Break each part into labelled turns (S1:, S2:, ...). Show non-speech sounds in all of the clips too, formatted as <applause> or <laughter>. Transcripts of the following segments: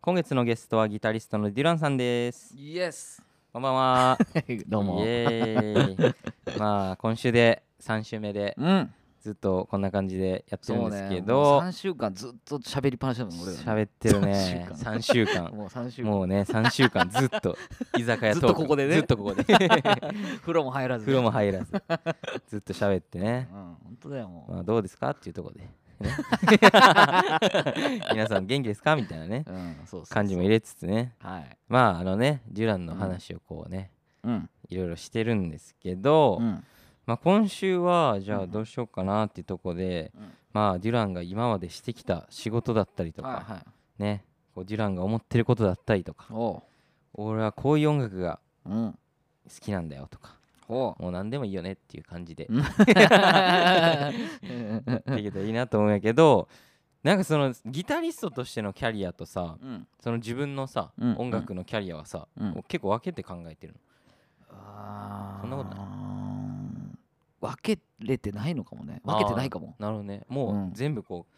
S1: 今月のゲストはギタリストのディランさんです
S2: イエ <laughs> ス
S1: こんばんは
S3: どうも
S1: イ。エーイまあ今週で3週目で
S2: うん
S1: ずっとこんな感じでやってる
S2: そ
S1: ん
S2: う
S1: です
S2: ね
S1: け
S2: もう
S1: ど
S2: 3週間ずっと喋りっぱなしだもん俺らね
S1: 喋ってるね3
S2: 三
S1: 週間
S2: もう3週間
S1: もうね3週間ずっと居酒屋トーク
S2: <laughs> ずっとここでね
S1: ずっとこ
S2: <laughs>
S1: こで
S2: 風呂も入らず
S1: 風呂も
S2: 入
S1: 入らずずっと喋ってね
S2: うん本当だよも
S1: まあどうですかっていうところ
S2: <laughs>
S1: で、ね皆さん元気ですかみたいなね
S2: ううんそうそうそう
S1: 感じも入れつつね
S2: はい
S1: まああのねデュランの
S2: うん
S1: 話をこうね、
S2: うん
S1: いろいろしてるんですけど、
S2: うん
S1: まあ、今週はじゃ
S2: うん
S1: あ
S2: うん
S1: どうしようかなっていうとこで、
S2: うん
S1: まあデュランが今までしてきた仕事だったりとか、
S2: はいはい
S1: ねこうデュランが思ってることだったりとか
S2: おう
S1: 俺はこういう音楽が
S2: うん
S1: 好きなんだよとか
S2: <laughs> おう
S1: もう何でもいいよねっていう感じで
S2: う
S1: で
S2: ん
S1: きたらいいなと思うんやけどなんかそのギタリストとしてのキャリアとさ
S2: うん
S1: その自分のさ、
S2: うん
S1: 音楽のキャリアはさ、
S2: うん
S1: こう結構分けて考えてるの
S2: あー
S1: そんなこと
S2: 分けれてないのかもね分けてないかも
S1: なるほどねもううん全部こう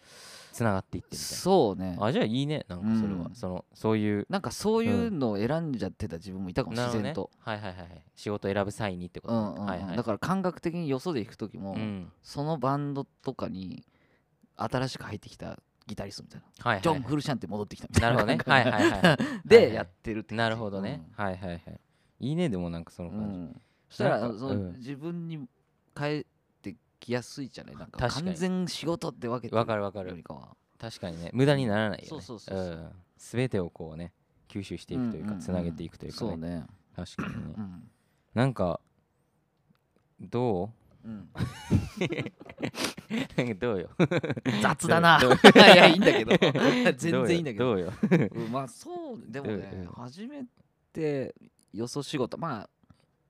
S1: つながっていってみたいな
S2: そうね
S1: あじゃあいいねなんかそれは、
S2: うん
S1: そのそういう
S2: なんかそういうのを選んじゃってた自分もいたかも
S1: なるほ
S2: 自
S1: どね
S2: 然と
S1: はいはいはいはい仕事選ぶ際にってこ
S2: う
S1: と
S2: んうん
S1: はいは
S2: う
S1: い
S2: んだから感覚的によそで行く時も
S1: うん
S2: そのバンドとかに新しく入ってきたギタリストみたいな
S1: はいはい
S2: ジョン・フルシャンって戻ってきたみた
S1: ないる
S2: な
S1: ほどね
S2: 感
S1: はい
S2: 覚
S1: はいはい
S2: <laughs>
S1: はいは
S2: で
S1: い
S2: やってるって感じ
S1: なるほどね、はいはいはいいいねでもなんかその
S2: うんう
S1: 感じ、
S2: んそしたら
S1: な
S2: そ
S1: んかう
S2: の
S1: ん
S2: 自分に帰ってきやすいじゃないなんか
S1: 確かに
S2: 完全仕事ってわけ
S1: わかるわかる
S2: よりかは
S1: 確かにね無駄にならないよね
S2: そうそうそうそうん
S1: 全てをこうね吸収していくという
S2: うんうん
S1: か
S2: うん
S1: つなげていくというか
S2: そ
S1: ね
S2: うね
S1: 確かにね
S2: うん
S1: なんかど <laughs>
S2: うん
S1: う <laughs> なんかどうよ
S2: 雑だな
S1: どう
S2: いやいいんだけど <laughs> 全然いいんだけど
S1: どうよ
S2: <laughs>
S1: どうよ
S2: うん
S1: <laughs>
S2: まあそうでも
S1: うんう
S2: ね
S1: ん
S2: 初めてよそ仕事まあ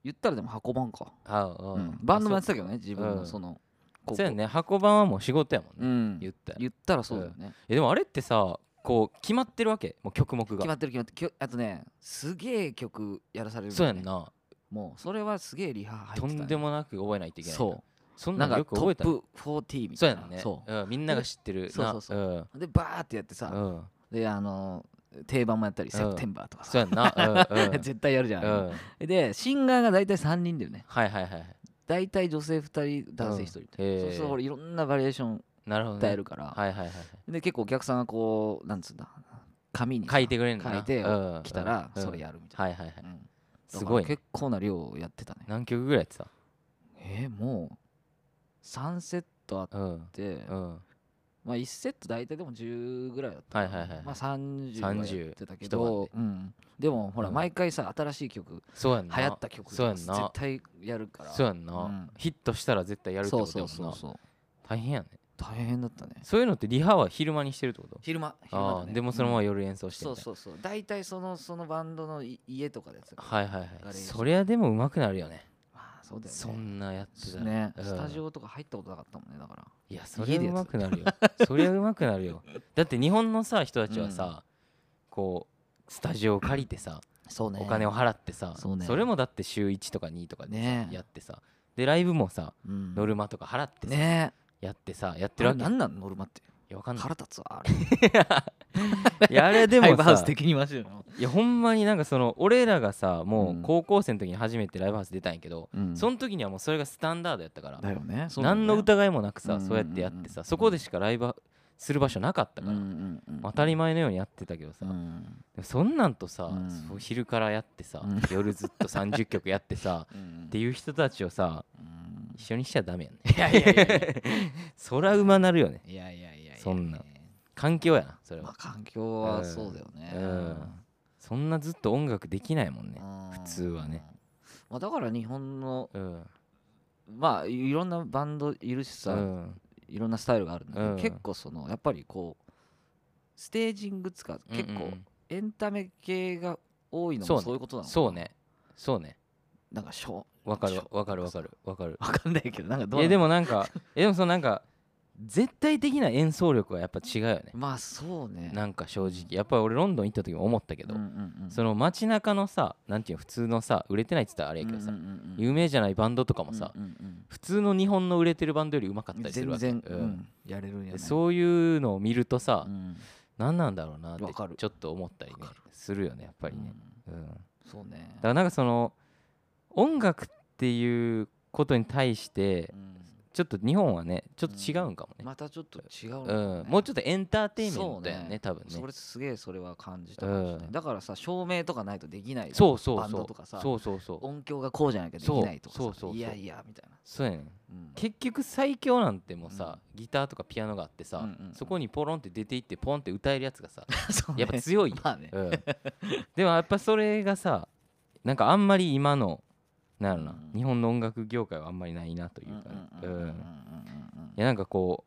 S2: 言ったらでも箱番か、
S1: あ、う
S2: うんん、バンドもやってたけどね自分
S1: う
S2: の
S1: ん
S2: その、こ
S1: そうやね箱番はもう仕事やもん
S2: う
S1: ね、
S2: ん、
S1: 言ったら
S2: 言ったらそうだよね、
S1: えでもあれってさこう決まってるわけもう曲目
S2: 決
S1: が
S2: まってる決まってるきょあとねすげえ曲やらされる、ね、
S1: そうやんな、
S2: もうそれはすげえリハ入って
S1: と
S2: た、ね、
S1: んでもなく覚えないといけないから
S2: そ
S1: そ
S2: うんな
S1: なんん
S2: か
S1: よく
S2: ト
S1: 覚え
S2: ッ
S1: たね
S2: プ40み
S1: そう
S2: たい
S1: や
S2: な、
S1: んね
S2: そう
S1: うん、みんなが知ってるな
S2: そうそうそう
S1: うん
S2: でバーってやってさ、
S1: うん、
S2: であの定番もやったり、セプテンバーとか
S1: そう
S2: さ
S1: やんな、
S2: <laughs>
S1: うんうん
S2: 絶対やるじゃ、
S1: うんん、はい
S2: でシンガーが大体3人だよね
S1: はいはい
S2: 大体女性2人男性1人みたいな、
S1: うんへえ
S2: そうすると俺いろんなバリエーション
S1: なるほど、
S2: 歌
S1: ね、
S2: えるから、
S1: はいはいはいは
S2: で結構お客さんがこうなんつうんだ紙に
S1: い
S2: さ
S1: 書いてくれるんだな
S2: 書いて
S1: うん
S2: 来たら
S1: うん
S2: それやるみたい
S1: はいはいはい
S2: な、うんだ
S1: す
S2: から
S1: ごい、ね、
S2: 結構な量やってたね
S1: 何曲ぐらいやってた
S2: えーもう3セットあっ
S1: うん
S2: て、
S1: うん
S2: まあ1セット大体でも10ぐらいだった
S1: はいはいはい
S2: まあ30はやってたけど
S1: 30、
S2: うん、でもほら
S1: うん
S2: 毎回さ新しい曲
S1: そうやん
S2: 流
S1: な
S2: 行った曲
S1: そうやん
S2: 絶
S1: な
S2: 対やるから
S1: そうやんな、
S2: うん
S1: ヒットしたら絶対やるって
S2: そ
S1: こ
S2: う
S1: とや
S2: そ
S1: も
S2: うん
S1: な
S2: そうそう
S1: 大変やね
S2: 大変だったね
S1: そういうのってリハは昼間にしてるってこと
S2: 昼間昼間
S1: あ
S2: だ
S1: あ
S2: ね
S1: ーでもそのま
S2: うん
S1: ま夜演奏してみ
S2: そう
S1: たいな
S2: そうそう大体そのそのバンドのい家とかでやつ
S1: はいはいは
S2: ガレー
S1: い
S2: ジ
S1: そりゃでも上手くなるよね
S2: まあそうだよね
S1: そんなやつだ
S2: ね
S1: うん
S2: スタジオとか入ったことなかったもんねだから
S1: いやそりゃ
S2: でやつ
S1: 上手くなるよそりゃ上手くなるよだって日本のさ人たちはさこうスタジオを借りてさ
S2: そう
S1: お金を払ってさ
S2: そうね
S1: それもだって週1とか2とかで
S2: ねえ
S1: やってさでライブもさ
S2: うん
S1: ノルマとか払ってさ
S2: ね
S1: やってさやっ
S2: え
S1: てる
S2: な
S1: わけい
S2: んなんノルマって
S1: やわかんない
S2: 腹立つわあれ
S1: いやあれで
S2: <laughs> ライ
S1: も
S2: ブハウス
S1: さ
S2: 的にマジで
S1: いやほんまになんかその俺らがさ
S2: う
S1: もうん高校生の時に初めてライブハウス出たんやけど
S2: うん
S1: その時にはもうそれがスタンダードやったから
S2: だよねそうだよね
S1: 何の疑いもなく
S2: う
S1: さ
S2: んうんうん
S1: そうやってやってさそこでしかライブする場所なかった
S2: う
S1: か
S2: んう
S1: ら
S2: んうん
S1: 当たり前のようにやってたけどさ
S2: う
S1: で
S2: ん
S1: もそんなんとさ
S2: うん
S1: そう昼からやってさ
S2: うん
S1: 夜ずっと30曲やって
S2: <laughs>
S1: さ
S2: うん
S1: っていう人たちをさ
S2: うん
S1: 一緒にしちゃダメやね
S2: いやいやいやいや
S1: <laughs> そら馬なるよね
S2: いやいやいやいや
S1: そんな環境やなそれ
S2: まあ
S1: は
S2: 環境はそうだよね
S1: うんそんなずっと音楽できないもんね
S2: 普
S1: 普通はね
S2: まあだから日本の
S1: うん
S2: まあいろんなバンドいる
S1: う
S2: しさ
S1: ん
S2: いろんなスタイルがあるんだけど、
S1: うん
S2: 結構そのやっぱりこうステージング使う結
S1: うんう
S2: 構
S1: ん
S2: エンタメ系が多いの
S1: そう
S2: も
S1: ね
S2: そういうことなのかな
S1: そうねそうね
S2: なんかしょ
S1: わかる
S2: しょ
S1: わかるわかるわかる
S2: わかんないけどなんかどう <laughs>
S1: いや
S2: なの
S1: でもなんか <laughs> えでもそのなんか絶対的な演奏力はやっぱ違うよね
S2: まあそうね
S1: なんか正直やっぱり俺ロンドン行った時も思ったけど、
S2: うんうんうん
S1: その街中のさなんていうの普通のさ売れてないっつったらあれやけどさ、
S2: うんうんうん
S1: 有名じゃないバンドとかもさ、
S2: うんうん
S1: 普通の日本の売れてるバンドよりうまかっ
S2: うん
S1: たりする
S2: 全
S1: わけ
S2: 然、う
S1: うん
S2: んやれるんやね
S1: そういうのを見るとさ、
S2: うん
S1: 何なんだろうなって
S2: わかる
S1: ちょっと思ったりね
S2: わか
S1: するよねやっぱりね、
S2: うん
S1: うん、だ
S2: そうね
S1: からなんかその音楽っていうことに対して
S2: うん
S1: ちょっと日本はねちょっと違うんかもね、
S2: またちょっと違うのか
S1: うん
S2: ね
S1: もうちょっとエンターテインメントや
S2: そ
S1: ね
S2: うね
S1: 多分ね
S2: それすげえそれは感じたかもしれない
S1: うん
S2: だからさ照明とかないとできないじゃん
S1: そうそう
S2: バン
S1: そ
S2: ド
S1: う
S2: とかさ
S1: そうそうそう
S2: 音響がこうじゃなきゃできないとかさ
S1: そうそうそうそう
S2: いやいやみたいな、
S1: そうやねん
S2: うん
S1: 結局最強なんてもうさ、ギターとかピアノがあってさ、
S2: うんうんうん
S1: そこにポロンって出ていってポンって歌えるやつが
S2: <laughs>
S1: さ
S2: <laughs> そうね
S1: やっぱ強いよ、
S2: まあね
S1: うん、でもやっぱそれがさなんかあんまり今のなんやろな、
S2: うん
S1: 日本の音楽業界はあんまりないなというかね
S2: うんうんうんうんうん
S1: うんいやなんかこ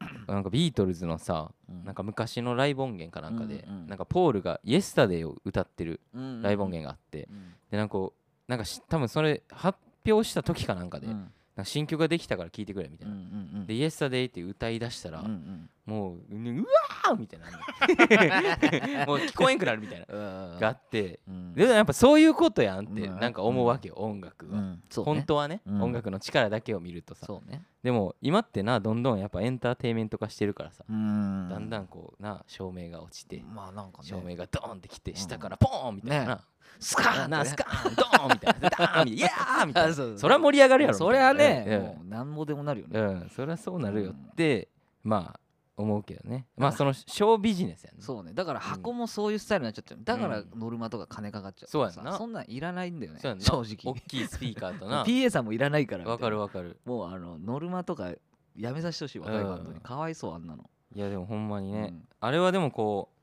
S1: う <clears throat> なんかビートルズのさ
S2: うん
S1: なんか昔のライブ音源かなんかで、
S2: うんうん
S1: なんかポールが「イエスタデイ」を歌ってる
S2: うんうんうん
S1: ライブ音源があって、
S2: うん
S1: でなんかこうなんかし多分それ発表した時かなんかで、
S2: う
S1: なん
S2: ん
S1: か新曲ができたから聴いてくれみたいな、
S2: うんうん
S1: で「イエスタデイ」って歌い出したら、
S2: うんうん
S1: もううねうわーみたい
S2: <laughs>
S1: なもう聞こえんくなるみたいな
S2: うん
S1: があって
S2: うん
S1: でもやっぱそういうことやんって
S2: うん
S1: なんか思うわけよ音楽
S2: う
S1: は。
S2: んそうね
S1: 本当はね、
S2: うん
S1: 音楽の力だけを見るとさ
S2: そうね
S1: でも今ってなどんどんやっぱエンターテインメント化してるからさ、
S2: うん
S1: だんだんこうな照明が落ちて、
S2: まあなんかね
S1: 照明がドーンってきて
S2: ん
S1: 下からポーンみたいなな、
S2: スカーン
S1: な
S2: と
S1: ス
S2: ね
S1: カーンドーンみたいなダーンみたいなイ
S2: <laughs>
S1: エーみたい
S2: あそう
S1: なそれは盛り上がるやろ
S2: それは
S1: みたいな
S2: ねもう何もでもなるよ
S1: う
S2: ね
S1: ん、うんそれはそうなるよって、まあ思うけどねまあそのショービジネスやね
S2: そうねだから箱もそういうスタイルになっちゃってるだからノルマとか金かかっちゃう
S1: そうやんな
S2: さそんなんいらないんだよね
S1: そうやんな
S2: 正
S1: 大
S2: 直
S1: きいスピーカーとな
S2: PA さんもいらないからみたいな
S1: わかるわかる
S2: もうあのノルマとかやめさせてほしい若いバンド
S1: うん
S2: にかわいそうあんなの
S1: いやでもほんまにね、
S2: うん
S1: あれはでもこう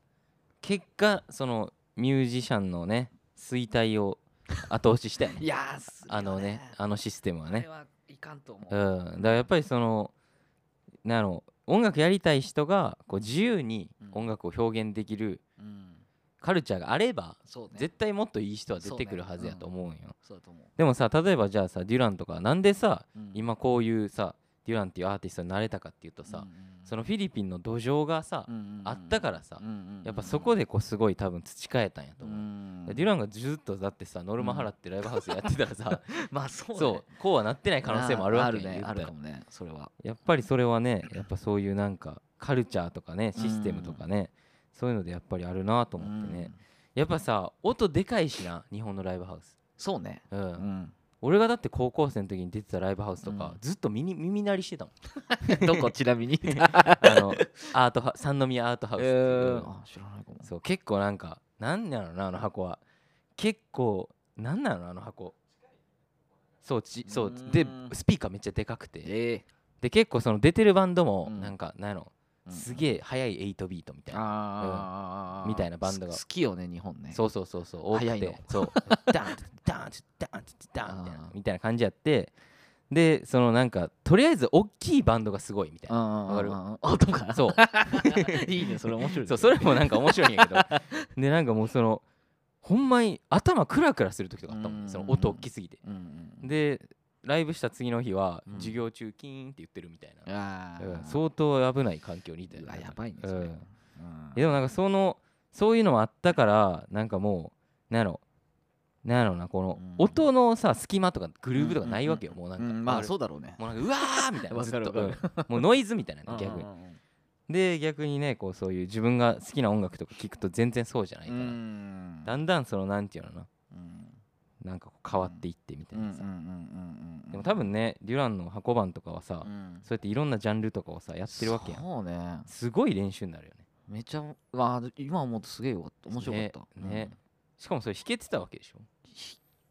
S1: 結果そのミュージシャンのね衰退を後押ししたよね
S2: <laughs> いやーす
S1: あのねあのシステムは
S2: あれ
S1: ね
S2: はいかんと思
S1: う
S2: う
S1: だ
S2: ん
S1: からやっぱりそのなんやろ音楽やりたい人がこう自由に
S2: うん
S1: 音楽を表現できる
S2: うん
S1: カルチャーがあれば
S2: そうね
S1: 絶対もっといい人は出てくるはずやと思うんよ、
S2: そうだと思
S1: でもさ例えばじゃあさデュランとかなんでさ
S2: ううん
S1: 今こういうさデュランっていうアーティストになれたかっていうとさ、そのフィリピンの土壌がさ、あったかららさ、やっぱそこでこうすごい多分培えたんやと思う、デュランがずっとだってさノルマ払ってライブハウスやってたらさ、
S2: まあ
S1: <laughs>
S2: そうね
S1: そうこうはなってない可能性もあるわけ
S2: あるね
S1: 言った
S2: あ
S1: ら
S2: るかもねそれは
S1: やっぱりそれはねやっぱそういうなんかカルチャーとかねシステムとかね、そういうのでやっぱりあるなと思ってね、
S2: うん
S1: やっぱさ音でかいしな日本のライブハウス、
S2: そうね
S1: うん
S2: うん
S1: 俺がだって高校生の時に出てたライブハウスとか、
S2: うん
S1: ずっと耳耳鳴りしてた
S2: <laughs>
S1: もん
S2: どこちなみ
S1: <laughs>
S2: に
S1: あのアートハ三宮アートハウスっていう、
S2: あ知らないかも
S1: そう結構なんかなんやろなあの箱は結構なんなのあの箱そうちそう
S2: うーん
S1: でスピーカーめっちゃでかくて
S2: え
S1: で結構その出てるバンドも
S2: うん
S1: なんかなんやろ
S2: え
S1: すげえ速い8ビートみたいな
S2: あー
S1: みたいなバンドが
S2: 好きよね日本ね
S1: そうそうそうそう多
S2: 速
S1: く
S2: いの
S1: てそうダンダンダンダンみたい
S2: あ
S1: な
S2: ー
S1: みたいな感じやってでそのなんかとりあえず大きいバンドがすごいみたいな
S2: わ
S1: わかる
S2: 音が
S1: そう
S2: <laughs> いいねそれ面白い
S1: そうそれもなんか面白いんやけどでなんかもうそのほんまに頭クラクラする時とかあったもんねその音大きすぎて
S2: うんうん
S1: でライブした次の日は
S2: うん
S1: 授業中キーンって言ってるみたいな、
S2: あ
S1: うん
S2: ー
S1: 相当危ない環境にいたよ
S2: う
S1: ね
S2: わ
S1: なん
S2: や
S1: か
S2: ばいね
S1: う
S2: それ
S1: んえでもなんかそのそういうのもあったからなんかもうなんやろなんやろなこの
S2: うん
S1: 音のさ隙間とかグルーブとかないわけよ、もうなんか、
S2: うんまあ
S1: も
S2: そうだろうね
S1: うなんかうわーみたいな
S2: わかる
S1: ずっと
S2: わか
S1: うんもうノイズみたいなね逆に、
S2: うんうん
S1: で逆にねこうそういう自分が好きな音楽とか聞くと全然そうじゃないから、
S2: うん
S1: だんだんそのなんていうのか
S2: うん
S1: ななんかこう変わっていってみた
S2: う
S1: い
S2: んうん
S1: な
S2: うん
S1: さ、
S2: うんうん
S1: でも多分ねデュランの箱番とかはさ、
S2: うん
S1: そうやっていろんなジャンルとかをさやってるわけやん
S2: そうね
S1: すごい練習になるよね
S2: めちゃまあ今思うとすげえよかった面白かった
S1: ねね
S2: うん
S1: しかもそれ弾けてたわけでしょ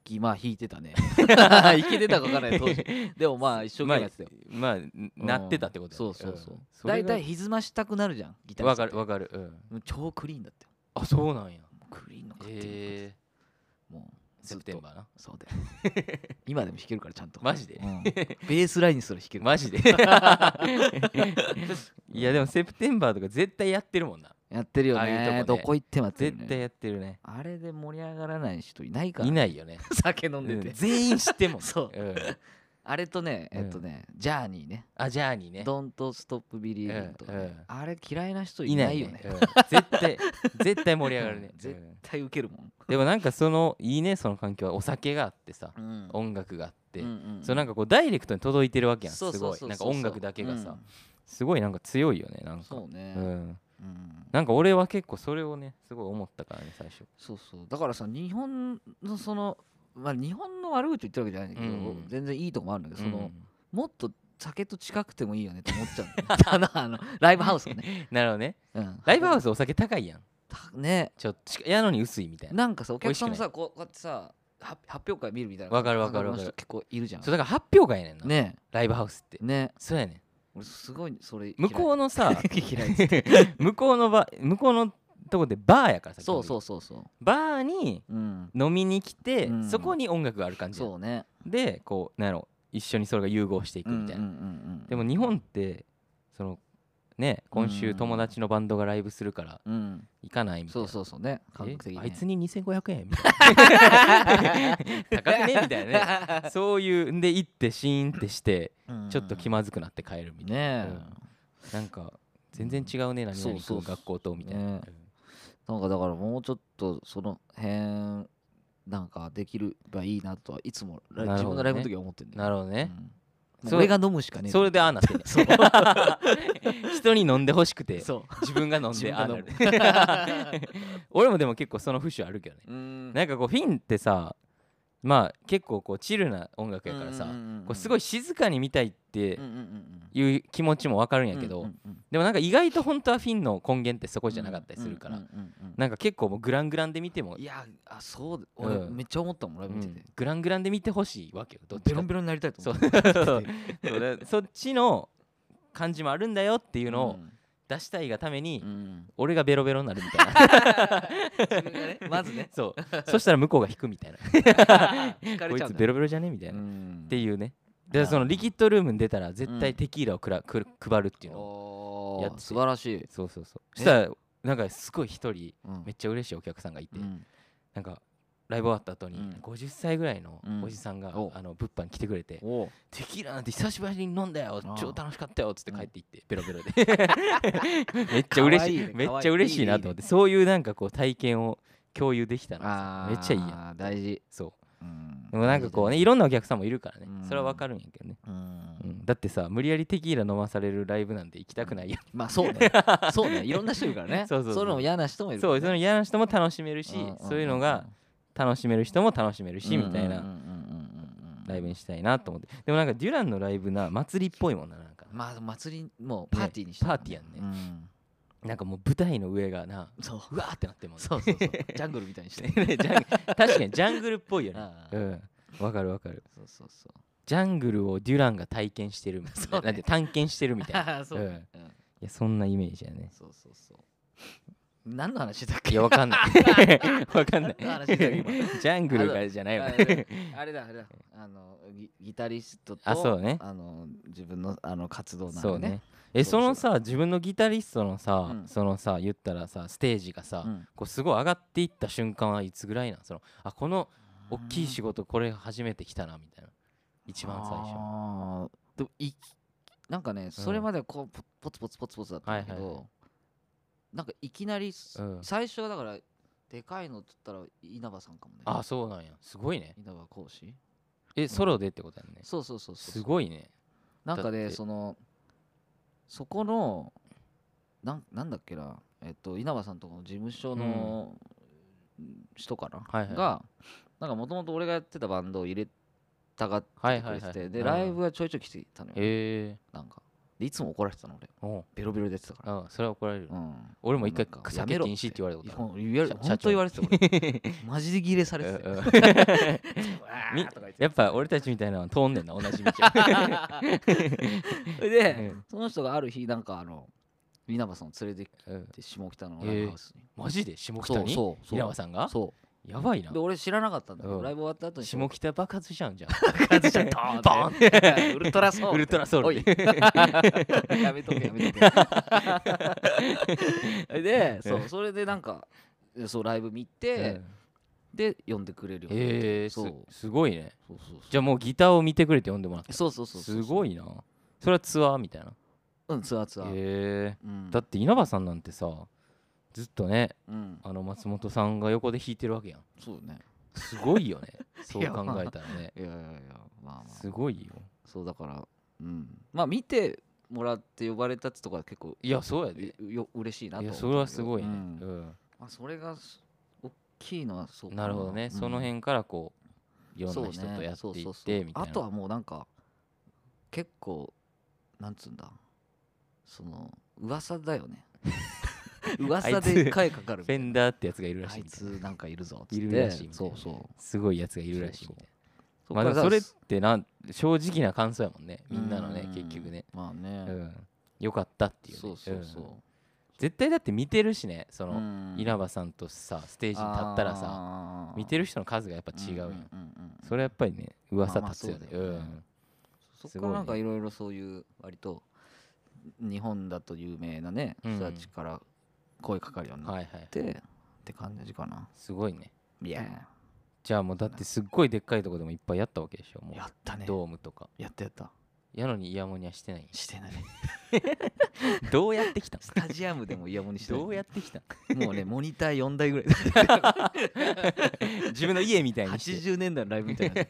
S2: ひまあ弾いて
S1: <laughs>
S2: たね弾けてたかわからない当時でもまあ一生懸命やってたよ
S1: まあ、なってたってこと
S2: そうそうそう
S1: 大
S2: 大
S1: 体
S2: 体ひずましたくなるじゃんギター
S1: わかるわかる、うん、
S2: 超クリーンだって
S1: あそうなんや
S2: クリーンの買って
S1: ええ
S2: もう
S1: ー、セプテンバーな
S2: そうだよ今でも弾けるからちゃんと
S1: マジで
S2: うんベースラインにすら弾ける
S1: マジで
S2: <laughs>
S1: いやでもセプテンバーとか絶対やってるもんな
S2: やってるよ
S1: ああいうとこ
S2: ね
S1: ね
S2: どこ行ってもやってる
S1: 絶
S2: よ
S1: 対
S2: ね
S1: やってるね
S2: あれで盛り上がらない人いないから
S1: いないよね
S2: 酒飲んで
S1: うん
S2: て
S1: 全員知ってんもん
S2: <laughs> そうんあれとね
S1: うん
S2: えっとねジャーニーね
S1: あジャーニーね
S2: ドントストップビリービンとかね
S1: うんうん
S2: あれ嫌いな人いないよね
S1: う
S2: 絶 <laughs>
S1: ん絶対絶対盛り上がるね
S2: うん絶
S1: うん
S2: 対ウケるもん
S1: でもなんかそのいいねその環境はお酒があってさ
S2: うん
S1: 音楽があって
S2: うんうん
S1: そうなんかこうダイレクトに届いてるわけやんす
S2: そうそ
S1: ご
S2: う
S1: い
S2: そう
S1: なんか
S2: そう
S1: 音楽だけが
S2: う
S1: さ
S2: ん
S1: すごいなんか強いよねなんか
S2: そうね
S1: うん
S2: うん
S1: なんか俺は結構それをねすごい思ったからね最初
S2: そうそうだからさ日本のそのまあ日本の悪口言ってるわけじゃないんだけど、
S1: うんうん
S2: 全然いいとこもあるんだけどその、
S1: うん
S2: もっと酒と近くてもいいよねって思っちゃうんだよ
S1: <laughs>
S2: ただあのライブハウスがね、
S1: なるほどね
S2: うん、
S1: ライブハウスお酒高いやん
S2: たね
S1: ちょっと近やのに薄いみたいな
S2: なんかさお客さんも
S1: 美味しくな
S2: さこうこうやってさは発表会見るみたいな
S1: わかるわかるわかる
S2: 感覚の人結構いるじゃん
S1: そうだから発表会やねんな、
S2: ね
S1: ライブハウスって
S2: ね
S1: そうやねん
S2: 俺すごいそれ
S1: 向こうのさ
S2: <laughs> 嫌いっつって
S1: <laughs> 向こうの場向こうのとこでバーやからさ
S2: そうそううそうそ
S1: バーに
S2: ううん
S1: 飲みに来て、
S2: うん
S1: そこに音楽がある感じやん
S2: そうね
S1: でこうなんやろ一緒にそれが融合していくみたいな、
S2: うんうんうんうん
S1: でも日本ってそのね今週友達のバンドがライブするから
S2: うん
S1: 行かないみたい
S2: そ
S1: な
S2: うそうそうね感覚的に
S1: え
S2: ね
S1: あいつに2500円みたいな <laughs> 高くねみたいなね
S2: <laughs> ね
S1: そういうんで行ってシーンってしてちょっと気
S2: ま
S1: まずくなって帰るみたいな、
S2: ね
S1: うんなんか全然違うね何々
S2: そうそう
S1: と学校とみたいな、
S2: ねなんかだからもうちょっとその辺なんかできればいいなとはいつもライ
S1: なる
S2: 自
S1: ほどね
S2: 分のライブの時は思ってるん
S1: うん
S2: だよ
S1: なるほどね、
S2: うん
S1: そ
S2: もう
S1: れ
S2: 俺が飲むしかねえ
S1: <laughs> それでああなってんね
S2: そう
S1: <laughs> 人に飲んでほしくて
S2: そう
S1: 自分が飲んでああなる
S2: 自分が飲む
S1: <laughs> 俺もでも結構その節はあるけどね
S2: うん
S1: なんかこうフィンってさまあ結構こうチルな音楽やからさ、こうすご
S2: い
S1: い静かに見たいって
S2: や
S1: いう気持ちもわかるんやけど、でもなんか意外と本当はフィンの根源ってそこじゃなかったりするから、なんか結構もうグラングランで見ても、
S2: いやあそう俺
S1: うん
S2: めっちゃ思ったもんライ
S1: う
S2: ブ見てて
S1: んグラングランで見てほしいわけよどっち
S2: ベ
S1: か
S2: ロ
S1: って
S2: ンベロンになりたいと
S1: そ
S2: 思
S1: う
S2: っ
S1: そ
S2: て
S1: うそうそうだからそっちの感じもあるんだよっていうのを出したいがために、
S2: うんうん
S1: 俺がベロベロになるみたいな
S2: 自分がね
S1: <laughs>
S2: まず <laughs> ね
S1: そうそしたら向こうが引くみたいな
S2: 聞か
S1: こ
S2: れ
S1: い
S2: ちゃ
S1: つ
S2: うんだ
S1: ベロベロじゃねみたいな、
S2: っ
S1: って
S2: う
S1: いうね
S2: な
S1: で
S2: るほど
S1: そのリキッドルームに出たら絶
S2: う
S1: 対
S2: ん
S1: テキーラをくらくら配るっていうのを
S2: の
S1: やってて
S2: 素晴らしい
S1: そうそうそう
S2: え
S1: したらなんかすごい一人
S2: うん
S1: めっちゃ嬉しいお客さんがいて、
S2: うん
S1: なんかライブ終わった後に
S2: うん
S1: 50歳ぐらいの
S2: うん
S1: おじさんが、
S2: お
S1: あの物販来てくれて
S2: おう
S1: 「テキーラなんて久しぶりに飲んだよ
S2: ああ
S1: 超楽しかったよ」っつって
S2: うん
S1: 帰っていってベロベロで
S2: <laughs>
S1: めっちゃ嬉しい
S2: かわいいね
S1: めっちゃ嬉しいなと思ってそういうなんかこう体験を共有できたら
S2: あ
S1: めっちゃいいやん
S2: や大事
S1: そう
S2: うん
S1: でもなんかこうねいろんなお客さんもいるからね
S2: うん
S1: それはわかるんやけどね
S2: うん
S1: うんだってさ無理やりテキーラ飲まされるライブなんて行きたくないやん、
S2: まあそ
S1: <laughs>
S2: うねそうねいろんな人いるからね
S1: そうそうそう
S2: いうのも嫌な人もいる
S1: そ
S2: から
S1: う
S2: ね
S1: その嫌な人も楽しめるし、
S2: んんんん
S1: そういうのが楽しめる人も楽しめるし、みたい
S2: うんうん
S1: な
S2: うんうんうん
S1: ライブにしたいなと思ってでもなんかデュランのライブな祭りっぽいもんななんか
S2: まあ祭りもうパーティーにして
S1: パーティーやんねなんかもう舞台の上がな
S2: うんそう
S1: うわーってなってるもんね
S2: そうそうそうジャングルみたいにして
S1: ね <laughs> ジャン確かにジャングルっぽいよね
S2: ああ
S1: うんわかるわかる
S2: そうそうそう
S1: ジャングルをデュランが体験してるみたいな,、
S2: そうね
S1: だって探検してるみたいな
S2: <laughs> そうねうん
S1: いやそんなイメージやね
S2: そうそうそう何の話だっ
S1: い
S2: け
S1: やわかん
S2: <laughs>
S1: ないわかんないジ
S2: 何の話だよ今
S1: <laughs> ャングルがじゃないよ
S2: あ
S1: ね
S2: れだあれだあれ
S1: <laughs>
S2: だあのギギタリストと
S1: あそうね
S2: あの自分のあの活動なん
S1: そう
S2: でね
S1: ねえ
S2: そ
S1: そうのさ自分のギタリストのさ、
S2: うん
S1: そのさ言ったらさステージがさ、
S2: うん
S1: こうすごい上がっていった瞬間はいつぐらいなんそのあこの大きい仕事これ初めて来たなみたいな一番最初
S2: あーでもいなんかねそれまではこうポポツポツポツポツだったんだけど、
S1: はいはいは
S2: なんかいきなりす、
S1: うん
S2: 最初はだからでかいのって言ったら稲葉さんかもね
S1: あそうなんやすごいね
S2: 稲葉講師
S1: えソロでってことやんね
S2: そうそうそうそう
S1: すごいね
S2: なんか
S1: だっ
S2: ね
S1: て
S2: そのそこのなんなんだっけなえっと稲葉さんとこの事務所の人かな、
S1: はいはい
S2: がなんかもともと俺がやってたバンドを入れたがって
S1: はい
S2: く
S1: はい
S2: れてて、
S1: はい
S2: で
S1: なるほ
S2: ラ
S1: ど
S2: イブがちょいちょい来てたのよ、
S1: え
S2: なんかでいつも怒られてたの俺
S1: ー、おう
S2: ベロベロでやってたから、
S1: あそれは怒られる
S2: うん、
S1: 俺も一回
S2: なんかや
S1: 酒
S2: めろ
S1: 禁止って言われたことある
S2: いや言われ
S1: 社
S2: 本当言われてたよ俺
S1: <laughs>
S2: マジでギレされてた
S1: うんう
S2: よ
S1: ん
S2: わー
S1: <laughs>
S2: <laughs>
S1: み
S2: とか言って
S1: やっぱ俺たちみたいなのは通んねんな同じ道を
S2: <laughs> それ
S1: う
S2: で
S1: ん
S2: その人がある日なんかあの稲葉さんを連れて
S1: うん
S2: きて下北のライブハウスに、
S1: マジで下
S2: そ
S1: 北
S2: う
S1: に
S2: そうそう
S1: 稲葉さんが
S2: そ
S1: やばいうな
S2: で俺知らなかったんだけど、
S1: うん
S2: ライブ終わった後に
S1: 下北爆発しちゃうんじゃん
S2: 北じゃドーンって <laughs> ウルトラソ
S1: ウ
S2: ウル
S1: ルトラソウ
S2: お
S1: ル
S2: い
S1: で
S2: やめとけやめとけ <laughs> でそうそれでなんかそうライブ見て、で呼んでくれるようになって
S1: えー、
S2: そう
S1: すすごいね
S2: そうそうそう
S1: じゃあもうギターを見てくれて読んでもらった
S2: そうそうそうそう
S1: すごいなそれはツアーみたいな
S2: うんツアーツアー、
S1: え
S2: うん
S1: ー、だって稲葉さんなんてさずっとね
S2: うん
S1: あの松本さんが横で弾いてるわけやん
S2: そうね
S1: すごいよねそう
S2: <laughs> いや
S1: 考
S2: まあ
S1: えたらね
S2: いやいやいやまあまあ
S1: すごいよ
S2: そうだからうんまあ見てもらって呼ばれたってとこは結構
S1: いやそうやで
S2: うよ嬉しいなと
S1: い
S2: 思
S1: や
S2: った
S1: それはすごいね、
S2: う
S1: うんん
S2: まあ、それがす大きいのはそうか
S1: なるほどね、
S2: うん
S1: その辺からこういろん
S2: そう
S1: な
S2: ね
S1: 人とやってい
S2: そ
S1: っ
S2: うそうそう
S1: てみたいな
S2: あとはもうなんか結構なんつうんだその噂だよね
S1: <laughs>
S2: 噂で一回かかるみ
S1: フ
S2: た
S1: ェ
S2: いな
S1: ンダーってやつがいるら
S2: あ
S1: しい
S2: い
S1: みた
S2: つ
S1: いな
S2: なんかいるぞっつって
S1: いるらしいみたい
S2: そ
S1: な
S2: うそう
S1: すごいやつがいるらしいみたい
S2: そ
S1: なまあでもそ
S2: こから
S1: れってなん正直な感想やもんねみんなのね
S2: うん
S1: 結局ね
S2: まあ
S1: う
S2: ね、
S1: んよかったっていうね
S2: そうそうそ
S1: うん
S2: う
S1: 絶対だって見てるしねその
S2: の
S1: 稲葉さんとさステージに立ったらさ
S2: さ
S1: 見て
S2: る
S1: る人の数がやっぱ違うやんそ
S2: れ
S1: れやっぱりね噂
S2: まあまあ
S1: 立つよね
S2: そう
S1: う
S2: だよね
S1: ん
S2: そ
S1: す
S2: こ
S1: ご
S2: か
S1: いね
S2: らなんかいろいろそういう割と日本だと有名なね
S1: うん
S2: 人たちから声かかるようになっ
S1: はいはい
S2: て、って感じかな
S1: すごいね
S2: いや
S1: じゃあもうだってすっごいでっかいとこでもいっぱいやったわけでしょも
S2: や
S1: う
S2: ったね
S1: ドームとか
S2: やったやった
S1: やのにイヤモニはしてないんや
S2: し
S1: <laughs>
S2: てない
S1: どうやってきたん
S2: ス <laughs> タジアムでもイヤモニしてない
S1: どうやってきたん
S2: もうねモニター4台ぐら
S1: <laughs>
S2: い
S1: 自分の家みたいにして
S2: 80年代のライブみたい
S1: <laughs>
S2: ない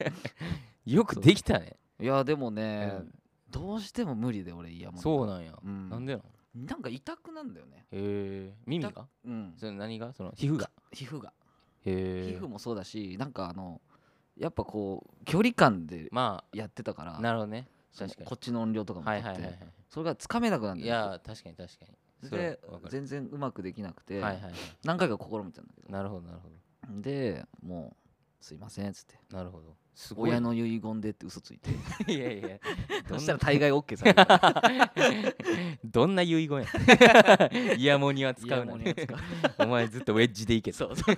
S1: よくできたね
S2: やでもね、
S1: うん
S2: どうしても無理で俺イヤモニ
S1: そうなんや
S2: うん
S1: なんでなの
S2: なんか痛くなんだよね
S1: へえ耳
S2: 痛
S1: が
S2: うん
S1: それ何がその皮膚が
S2: 皮膚が皮
S1: へえ
S2: 膚もそうだしなんかあのやっぱこう距離感で
S1: ま
S2: やってたから
S1: あなるほどね
S2: その
S1: 確かに
S2: こっちの音量とかも
S1: はい
S2: 取って、
S1: はいはいはい
S2: それがつかめなくなるん
S1: い
S2: だよ
S1: や確かに確かにそれ
S2: で
S1: はわかる
S2: 全然うまくできなくて、
S1: はいはいはい
S2: 何回か試みたんだけど
S1: なるほどなるほど
S2: でもうすいませんっつって
S1: なるほどすごい
S2: 親の遺言でって嘘ついて
S1: <laughs> いや
S2: <laughs>
S1: いやど
S2: そ
S1: ん
S2: したら
S1: な
S2: 大概 OK されるから
S1: <laughs> どんな遺
S2: <laughs>
S1: 言やイヤモニは使うな
S2: イヤモニ
S1: <laughs>
S2: は使う
S1: お前ずっとウェッジでいけそう <laughs>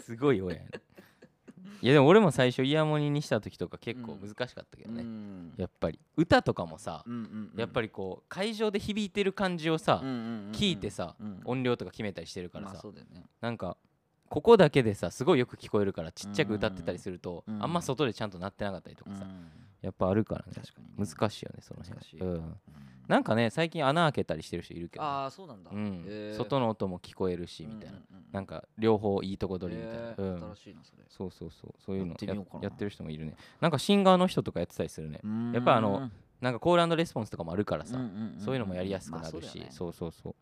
S1: すごい親やないやでも俺も最初イヤモニにした時とか結構
S2: う
S1: 難
S2: ん
S1: しかったけどね、
S2: うん
S1: やっぱり歌とかもさ、
S2: うんうんうん
S1: やっぱりこう会場で響いてる感じをさ、
S2: うんうんうんうん
S1: 聞いてさ
S2: うん
S1: 音量とか決めたりしてるからさ、
S2: まあそうだよね
S1: なんかここだけでさすごいよく聞こえるからちっちゃく歌ってたりすると、
S2: うん
S1: あんま外でちゃんと鳴ってなかったりとかさ、
S2: うん
S1: やっぱあるからね
S2: 確かにね、
S1: 難しいよねその辺
S2: 難しい
S1: うん、
S2: うん
S1: なんかね最近穴開けたりしてる人いるけどね、
S2: ああそうなんだ、
S1: うん
S2: へー
S1: 外の音も聞こえるしみたいな、
S2: うんうんうん
S1: なんか両方いいとこ取りみたいな、
S2: へ
S1: う
S2: ー
S1: ん
S2: 新しいなそれ
S1: そうそうそうそういうの
S2: やってみようかな
S1: やってる人もいるねなんかシンガーの人とかやってたりするね、やっぱあのなんかコールレスポンスとかもあるからさ、
S2: うんんんん
S1: そういうのもやりやすくなるし、
S2: まあそうだよね
S1: そうそうそう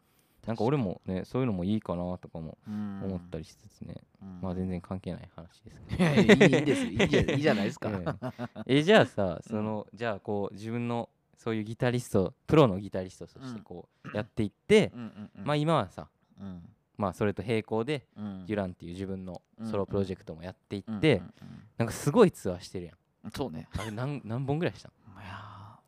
S1: なんか俺もねそういうのもいいかなとかも
S2: うん
S1: 思ったりしつつね、
S2: うん
S1: まあ全然関係ない話ですけど
S2: いやいやいいいいですいいじゃいいじゃないですか、
S1: <laughs> えええじゃあさその、じゃあこう自分のそういうギタリストプロのギタリストとしてこうやっていって、
S2: うんうんうん
S1: まあ今はさ
S2: うん
S1: まあそれと並行で
S2: うん
S1: デュランっていう自分のソロプロジェクトもやっていって、
S2: うんうん
S1: なんかすごいツアーしてるやん
S2: うんそうね
S1: あれ何 <laughs> 何本ぐらいしたの
S2: いや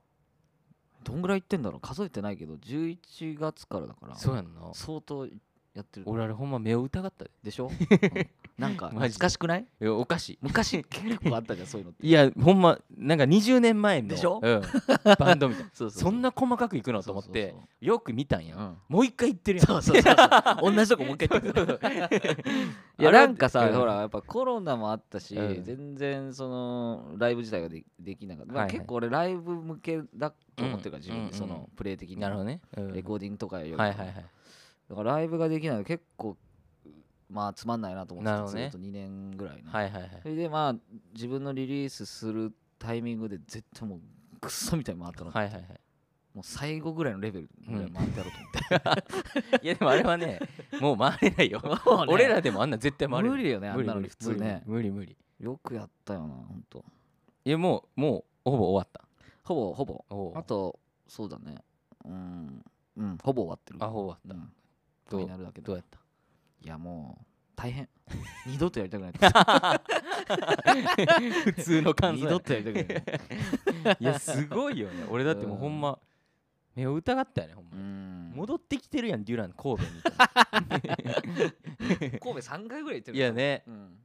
S2: ーどんぐらい行ってんだろう数えてないけど11月からだから
S1: そうやんな
S2: 相当やってる
S1: 俺あれほんま目を疑ったで <laughs>
S2: でしょ、うんなんか
S1: マ
S2: 懐
S1: ジで
S2: かしくない
S1: いやおかしい
S2: 昔結構あったじゃんそういうのって
S1: いやほんまなんか20年前の
S2: でしょ
S1: うん、
S2: <laughs>
S1: バンドみたいな
S2: そう
S1: そんな細かくいくのと思って
S2: そうそう
S1: よく見たんや、
S2: そううん
S1: もう一回行 <laughs> ってるやん
S2: そうそうそうそう同じとこもう一回行ってくる <laughs> いやなんか
S1: あ
S2: さ
S1: れ
S2: ほらやっぱコロナもあったし、
S1: うん
S2: 全然そのライブ自体がでできなかった、まあ
S1: はいはい
S2: 結構俺ライブ向けだと思ってるから、
S1: うん
S2: 自分
S1: うんう
S2: で
S1: ん
S2: そのプレイ的に
S1: <laughs> なるほどね、うん
S2: レコーディングとかよりも
S1: はいはいはい
S2: だからライブができないの結構まあつまんないなと思
S1: なる
S2: っ
S1: ほ
S2: て
S1: ど
S2: た、
S1: ね
S2: ずっと2年ぐらいね、
S1: はいはいはい
S2: それでまあ自分のリリースするタイミングで絶対もうクソみたいに回ったの、
S1: はいはいはい
S2: もう最後ぐらいのレベルぐらい回ってやろうと思って、
S1: いやでもあれはねもう回れないよ、
S2: もう
S1: <laughs>
S2: ね
S1: 俺らでもあんな絶対回れない
S2: 無理よねあんな
S1: 無理
S2: の
S1: 無理
S2: 普通ね
S1: 無理無理無理
S2: よくやったよなほんと
S1: いやもうもうほぼ終わった
S2: ほぼほぼ
S1: おう
S2: あと、そうだね。うん、うん、ほぼ終わってる。
S1: あほぼ終わった、
S2: うんフ
S1: どう
S2: ァイナルだけ
S1: ど
S2: ど。
S1: う
S2: い
S1: やった
S2: や、もう、大
S1: <laughs>
S2: 変。二度とやりたくない。
S1: 普通の感
S2: 二
S1: 想
S2: 度
S1: や
S2: とやり
S1: <laughs>
S2: たくない。
S1: いやすごいよね俺だってもうほんま目を疑ったよねほん
S2: う
S1: まに
S2: ん。
S1: 戻ってきてるやんデュラン神戸みたい
S2: 神戸3回ぐらい行って
S1: ない
S2: いや
S1: やね
S2: うん。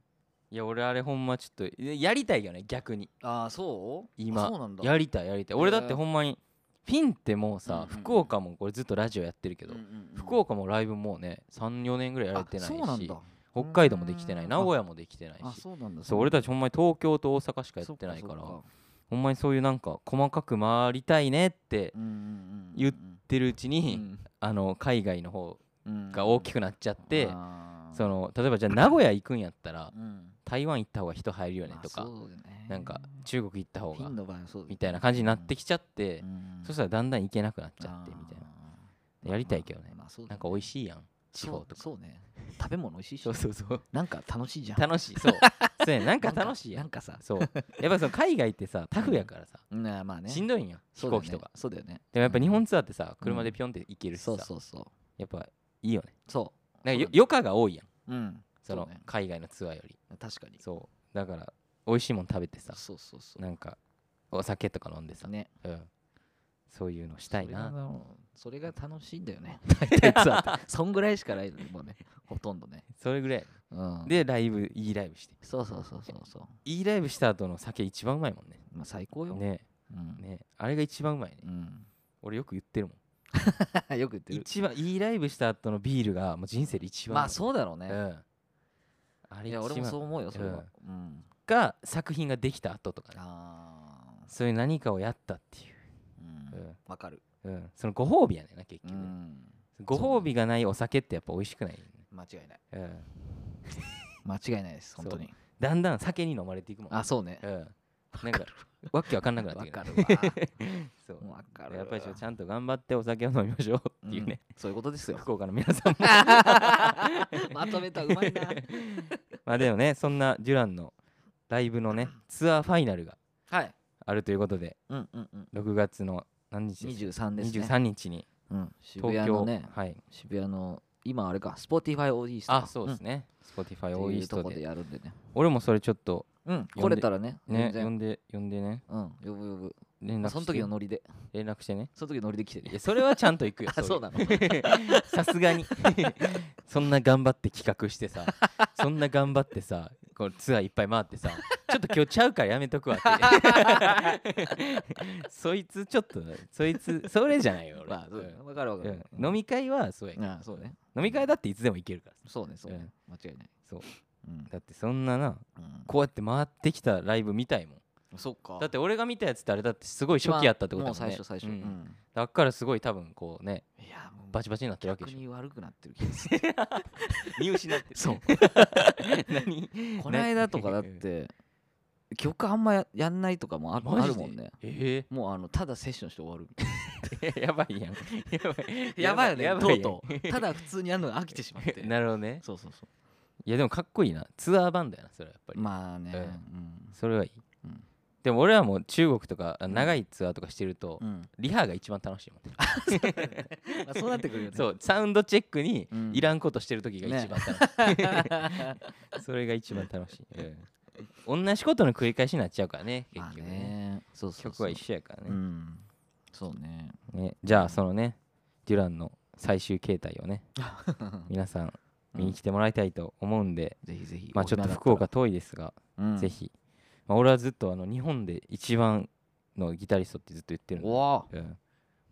S1: いや俺あれほんまちょっとやりたいよね逆に
S2: ああ、そう
S1: 今
S2: あそうなんだ。
S1: やりたいやりたい
S2: へー
S1: 俺だってほんまにフィンってもう
S2: うんう
S1: さ
S2: んうん
S1: 福岡もこれずっとラジオやってるけど
S2: うんうんうん
S1: 福岡もライブもうね34年ぐらいやれてな
S2: あそうないん
S1: し
S2: だ。
S1: 北海道もできてな
S2: う
S1: い
S2: ん
S1: 名古屋もできてない
S2: あ、
S1: し
S2: そうなんだ。
S1: そう俺たちほんまに東京と大阪しかや
S2: そ
S1: っ
S2: って
S1: ないから
S2: そっ
S1: ほんまにそういうなんか細かく回りたいねって
S2: うんうんうんうん。
S1: 言ってるうちに
S2: う
S1: あの海外の方
S2: ん
S1: が大きくなっちゃって
S2: あ
S1: その例えばじゃあ名古屋行くんやったら台湾行った方が人入るよね
S2: まあ
S1: とか、
S2: そうだね
S1: なんか中国行った方
S2: フィ
S1: が
S2: ンの場合はそうだよ
S1: みたいな感じになってきちゃって、
S2: うん
S1: そしたらだんだん行けなくなっちゃってみたいな
S2: あー
S1: やりたいけどね
S2: まあそうだ
S1: なんか美味しいやん地方とか
S2: そうそうね食べ物美味しいし
S1: そうそうそう
S2: なんか <laughs> 楽しいじゃん
S1: 楽しいそうそうやなんか楽しいや
S2: なん
S1: ん
S2: かさ
S1: そうやっぱその海外ってさタフやからさ
S2: うんまあね
S1: しんどいんよ飛行機とか
S2: そうだよね
S1: でもやっぱ日本ツアーってさ
S2: うん
S1: 車でピョンって行けるしさ
S2: そうそうそう
S1: やっぱいいよね
S2: そ
S1: なんかよ
S2: そうだね
S1: 余暇が多いやん
S2: ううん
S1: その
S2: うね
S1: 海外のツアーより
S2: 確かに
S1: そうだから美味しいもん食べてさ
S2: そうそうそう
S1: なんかお酒とか飲んでさ
S2: ね
S1: うんそういうのしたいな
S2: それがそれが楽しいんだよね
S1: <laughs> 大体ツアーって
S2: さそんぐらいしかないのもうねほとんどね
S1: それぐらい
S2: うん
S1: でライブいいライブして
S2: そうそうそうそうそう
S1: いいライブした後の酒一番うまいもんね
S2: まあ最高よ
S1: ね
S2: うん
S1: ねあれが一番うまいね
S2: う
S1: 俺よく言ってるもん
S2: ん <laughs> よく言ってる
S1: 一番いいライブした後のビールがもう人生で一番
S2: まあそうだろう
S1: う
S2: ね
S1: んあれ
S2: い
S1: 一
S2: や俺もそう
S1: 番
S2: 思うよそれはうん
S1: が作品ができた後とかね
S2: ああ
S1: そういう何かをやったっていう
S2: うんわかる
S1: うん、そのご褒美やねんな結
S2: う
S1: 局ね、
S2: ん
S1: ご褒美がないお酒ってやっぱ美味しくないよね、
S2: 間違いない
S1: うん、
S2: 間違いないです
S1: そう
S2: 本当に
S1: だんだん酒に飲まれていくもん
S2: あそうね
S1: うん、なんか <laughs> わけわかんなくなっ
S2: わ
S1: てく
S2: か
S1: る
S2: るわ
S1: <laughs> そう
S2: わかる
S1: やっぱりちょちゃんと頑張ってお酒を飲みましょうっていうね、
S2: うんそういうこと
S1: <laughs>
S2: ですよ
S1: 福岡の皆さんも
S2: まとめたうまいな
S1: まあでもねそんなデュランのライブのねツアーファイナルが
S2: はい
S1: あるということで
S2: うんうんうん
S1: 6月の何日です
S2: 23ですね
S1: 23日に
S2: うん渋
S1: 東
S2: 谷
S1: 京、
S2: のね
S1: はい
S2: 渋谷の今あれか Spotify オーディスト
S1: あそうです
S2: ね
S1: ね、Spotify
S2: っ
S1: オ
S2: て
S1: ーイ
S2: いう
S1: ス
S2: と
S1: ト
S2: こで
S1: で
S2: やるんでね
S1: 俺もそれちょっと
S2: うん
S1: で
S2: 来れたらね
S1: ね
S2: 全
S1: 呼
S2: 然
S1: んで呼んでね
S2: うん呼ぶ呼ぶ
S1: 連
S2: ま
S1: 絡
S2: あその
S1: して
S2: 時のノリで
S1: 連絡してね
S2: その時のノリで来
S1: <laughs>
S2: て
S1: い
S2: ね
S1: やそれはちゃんと行く
S2: <laughs>
S1: よ
S2: あそう
S1: い
S2: なの
S1: <laughs> さすがにそんな頑張って企画
S2: <laughs>
S1: してさそんな頑張ってさこうツアーいっぱい回ってさちょっと今日ちゃうからやめとくわ
S2: <laughs>
S1: ってそいつちょっとそいつそれじゃないよ俺、
S2: まあそうだねわかるわか
S1: うん
S2: る
S1: うん飲み会はそうやけど
S2: あそうね
S1: 飲み会だっていつでも行けるから
S2: そうねそう
S1: う
S2: ね
S1: ん
S2: 間違いない
S1: そう
S2: うん
S1: だってそんなな
S2: うん
S1: こうやって回ってきたライブ見たいもん
S2: そっか
S1: だって俺が見たやつってあれだってすごい初期やったってことだもんね
S2: もう最初最初
S1: う
S2: うんん
S1: だからすごい多分こうね
S2: いやもう
S1: バチバチになってるわけ
S2: 逆
S1: でしょ
S2: に悪くなってる気がする
S1: <laughs> 見失って
S2: そう
S1: <laughs>
S2: <laughs>
S1: 何
S2: この間とかだ
S1: <laughs>
S2: っ
S1: うん
S2: て曲あんまややんないとかもある
S1: マ
S2: あ
S1: ジ
S2: る
S1: で
S2: もんね
S1: え
S2: もうあのただセッションして終わる
S1: え <laughs> やばいやんやばい
S2: <laughs> やばいよ
S1: <laughs>
S2: ね
S1: や
S2: と
S1: ばいう
S2: とうただ普通にやるのが飽きてしまって
S1: <laughs> なるほどね
S2: そうそうそう
S1: いやでもかっこいいなツアーバンドやなそれはやっぱり
S2: まあね
S1: うん
S2: うん
S1: それはいい
S2: うん
S1: でも俺はもう中国とかあ
S2: ん
S1: 長いツアーとかしてると
S2: うん
S1: リハが一番楽しいもんね
S2: まあそうなってくるよね
S1: そうサウンドチェックに
S2: うん <laughs>
S1: いらんことしてる時が一番楽しいそれが一番楽しいうん同じことの繰り返しになっちゃうからね結
S2: まあ
S1: 局ね
S2: ねそうそうそう
S1: 曲は一緒やから
S2: う
S1: ね
S2: んそうね
S1: ねじゃあそのねデュランの最終形態をね皆さん見に来てもらいたいと思うんで、
S2: ぜひぜひ
S1: まあちょっと福岡遠いですが、
S2: うん
S1: ぜひ、まあ、俺はずっとあの日本で一番のギタリストってずっと言ってるん
S2: お
S1: で、う
S2: お
S1: ん、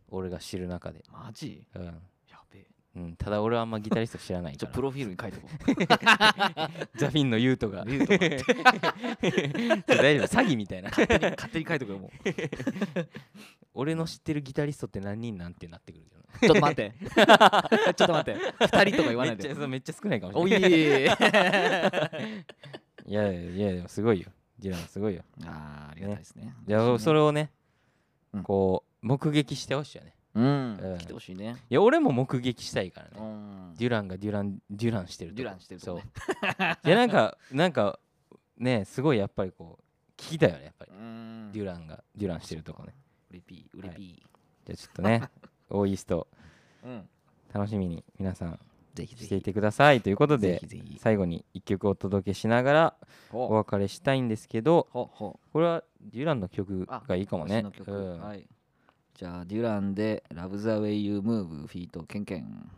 S1: 俺が知る中で、
S2: マジ
S1: うん
S2: やべえ
S1: うん、ただ俺はあんまギタリスト知らない
S2: ち
S1: か
S2: ょプ
S1: ら
S2: ロフィールに書いてこ
S1: ザフィンのユウトが
S2: うリュウとか
S1: <laughs> 大丈夫詐欺みたいな
S2: 勝手に書いてこよもう
S1: 俺の知ってるギタリストって何人なんてなってくるけど
S2: ちょっと待って
S1: <laughs>
S2: ちょっと待って二人とか言わ
S1: め
S2: な
S1: っ
S2: い
S1: ち
S2: で
S1: ゃそうめっちゃ少ないかもしれ
S2: お
S1: ない
S2: い
S1: いやいやいやでもすごいよジェランすごいよ
S2: あーありがたいですね。
S1: じゃあそれをね、
S2: うん
S1: こう目撃してほしいよね
S2: うん
S1: うん
S2: 来てほしいね。
S1: いや俺も目撃したいからね、
S2: うん。
S1: デュランがデュランデュランしてるとこ
S2: デュランしてるとこね
S1: そういやなんかなんかねすごいやっぱりこう聞きたいよねやっぱり、
S2: うん
S1: デュランがデュランしてるとこね
S2: うれぴー、うれぴ
S1: じゃあちょっと
S2: <laughs>
S1: ねオーイースト
S2: ー。うん。
S1: 楽しみに皆さん
S2: ぜひ
S1: して
S2: ぜ
S1: いてくださいということ
S2: ひ。
S1: で
S2: ぜひぜひ。
S1: 最後に一曲お届けしながらお
S2: ほう
S1: 別れしたいんですけど
S2: ほうほ
S1: これはデュランの曲がいいか
S2: う。
S1: も
S2: 推し
S1: ね
S2: の曲
S1: うん
S2: はい。じゃあ、デュランで、ラブ・ザ・ウェイ・ユー・ムーブ、フィート、ケンケン。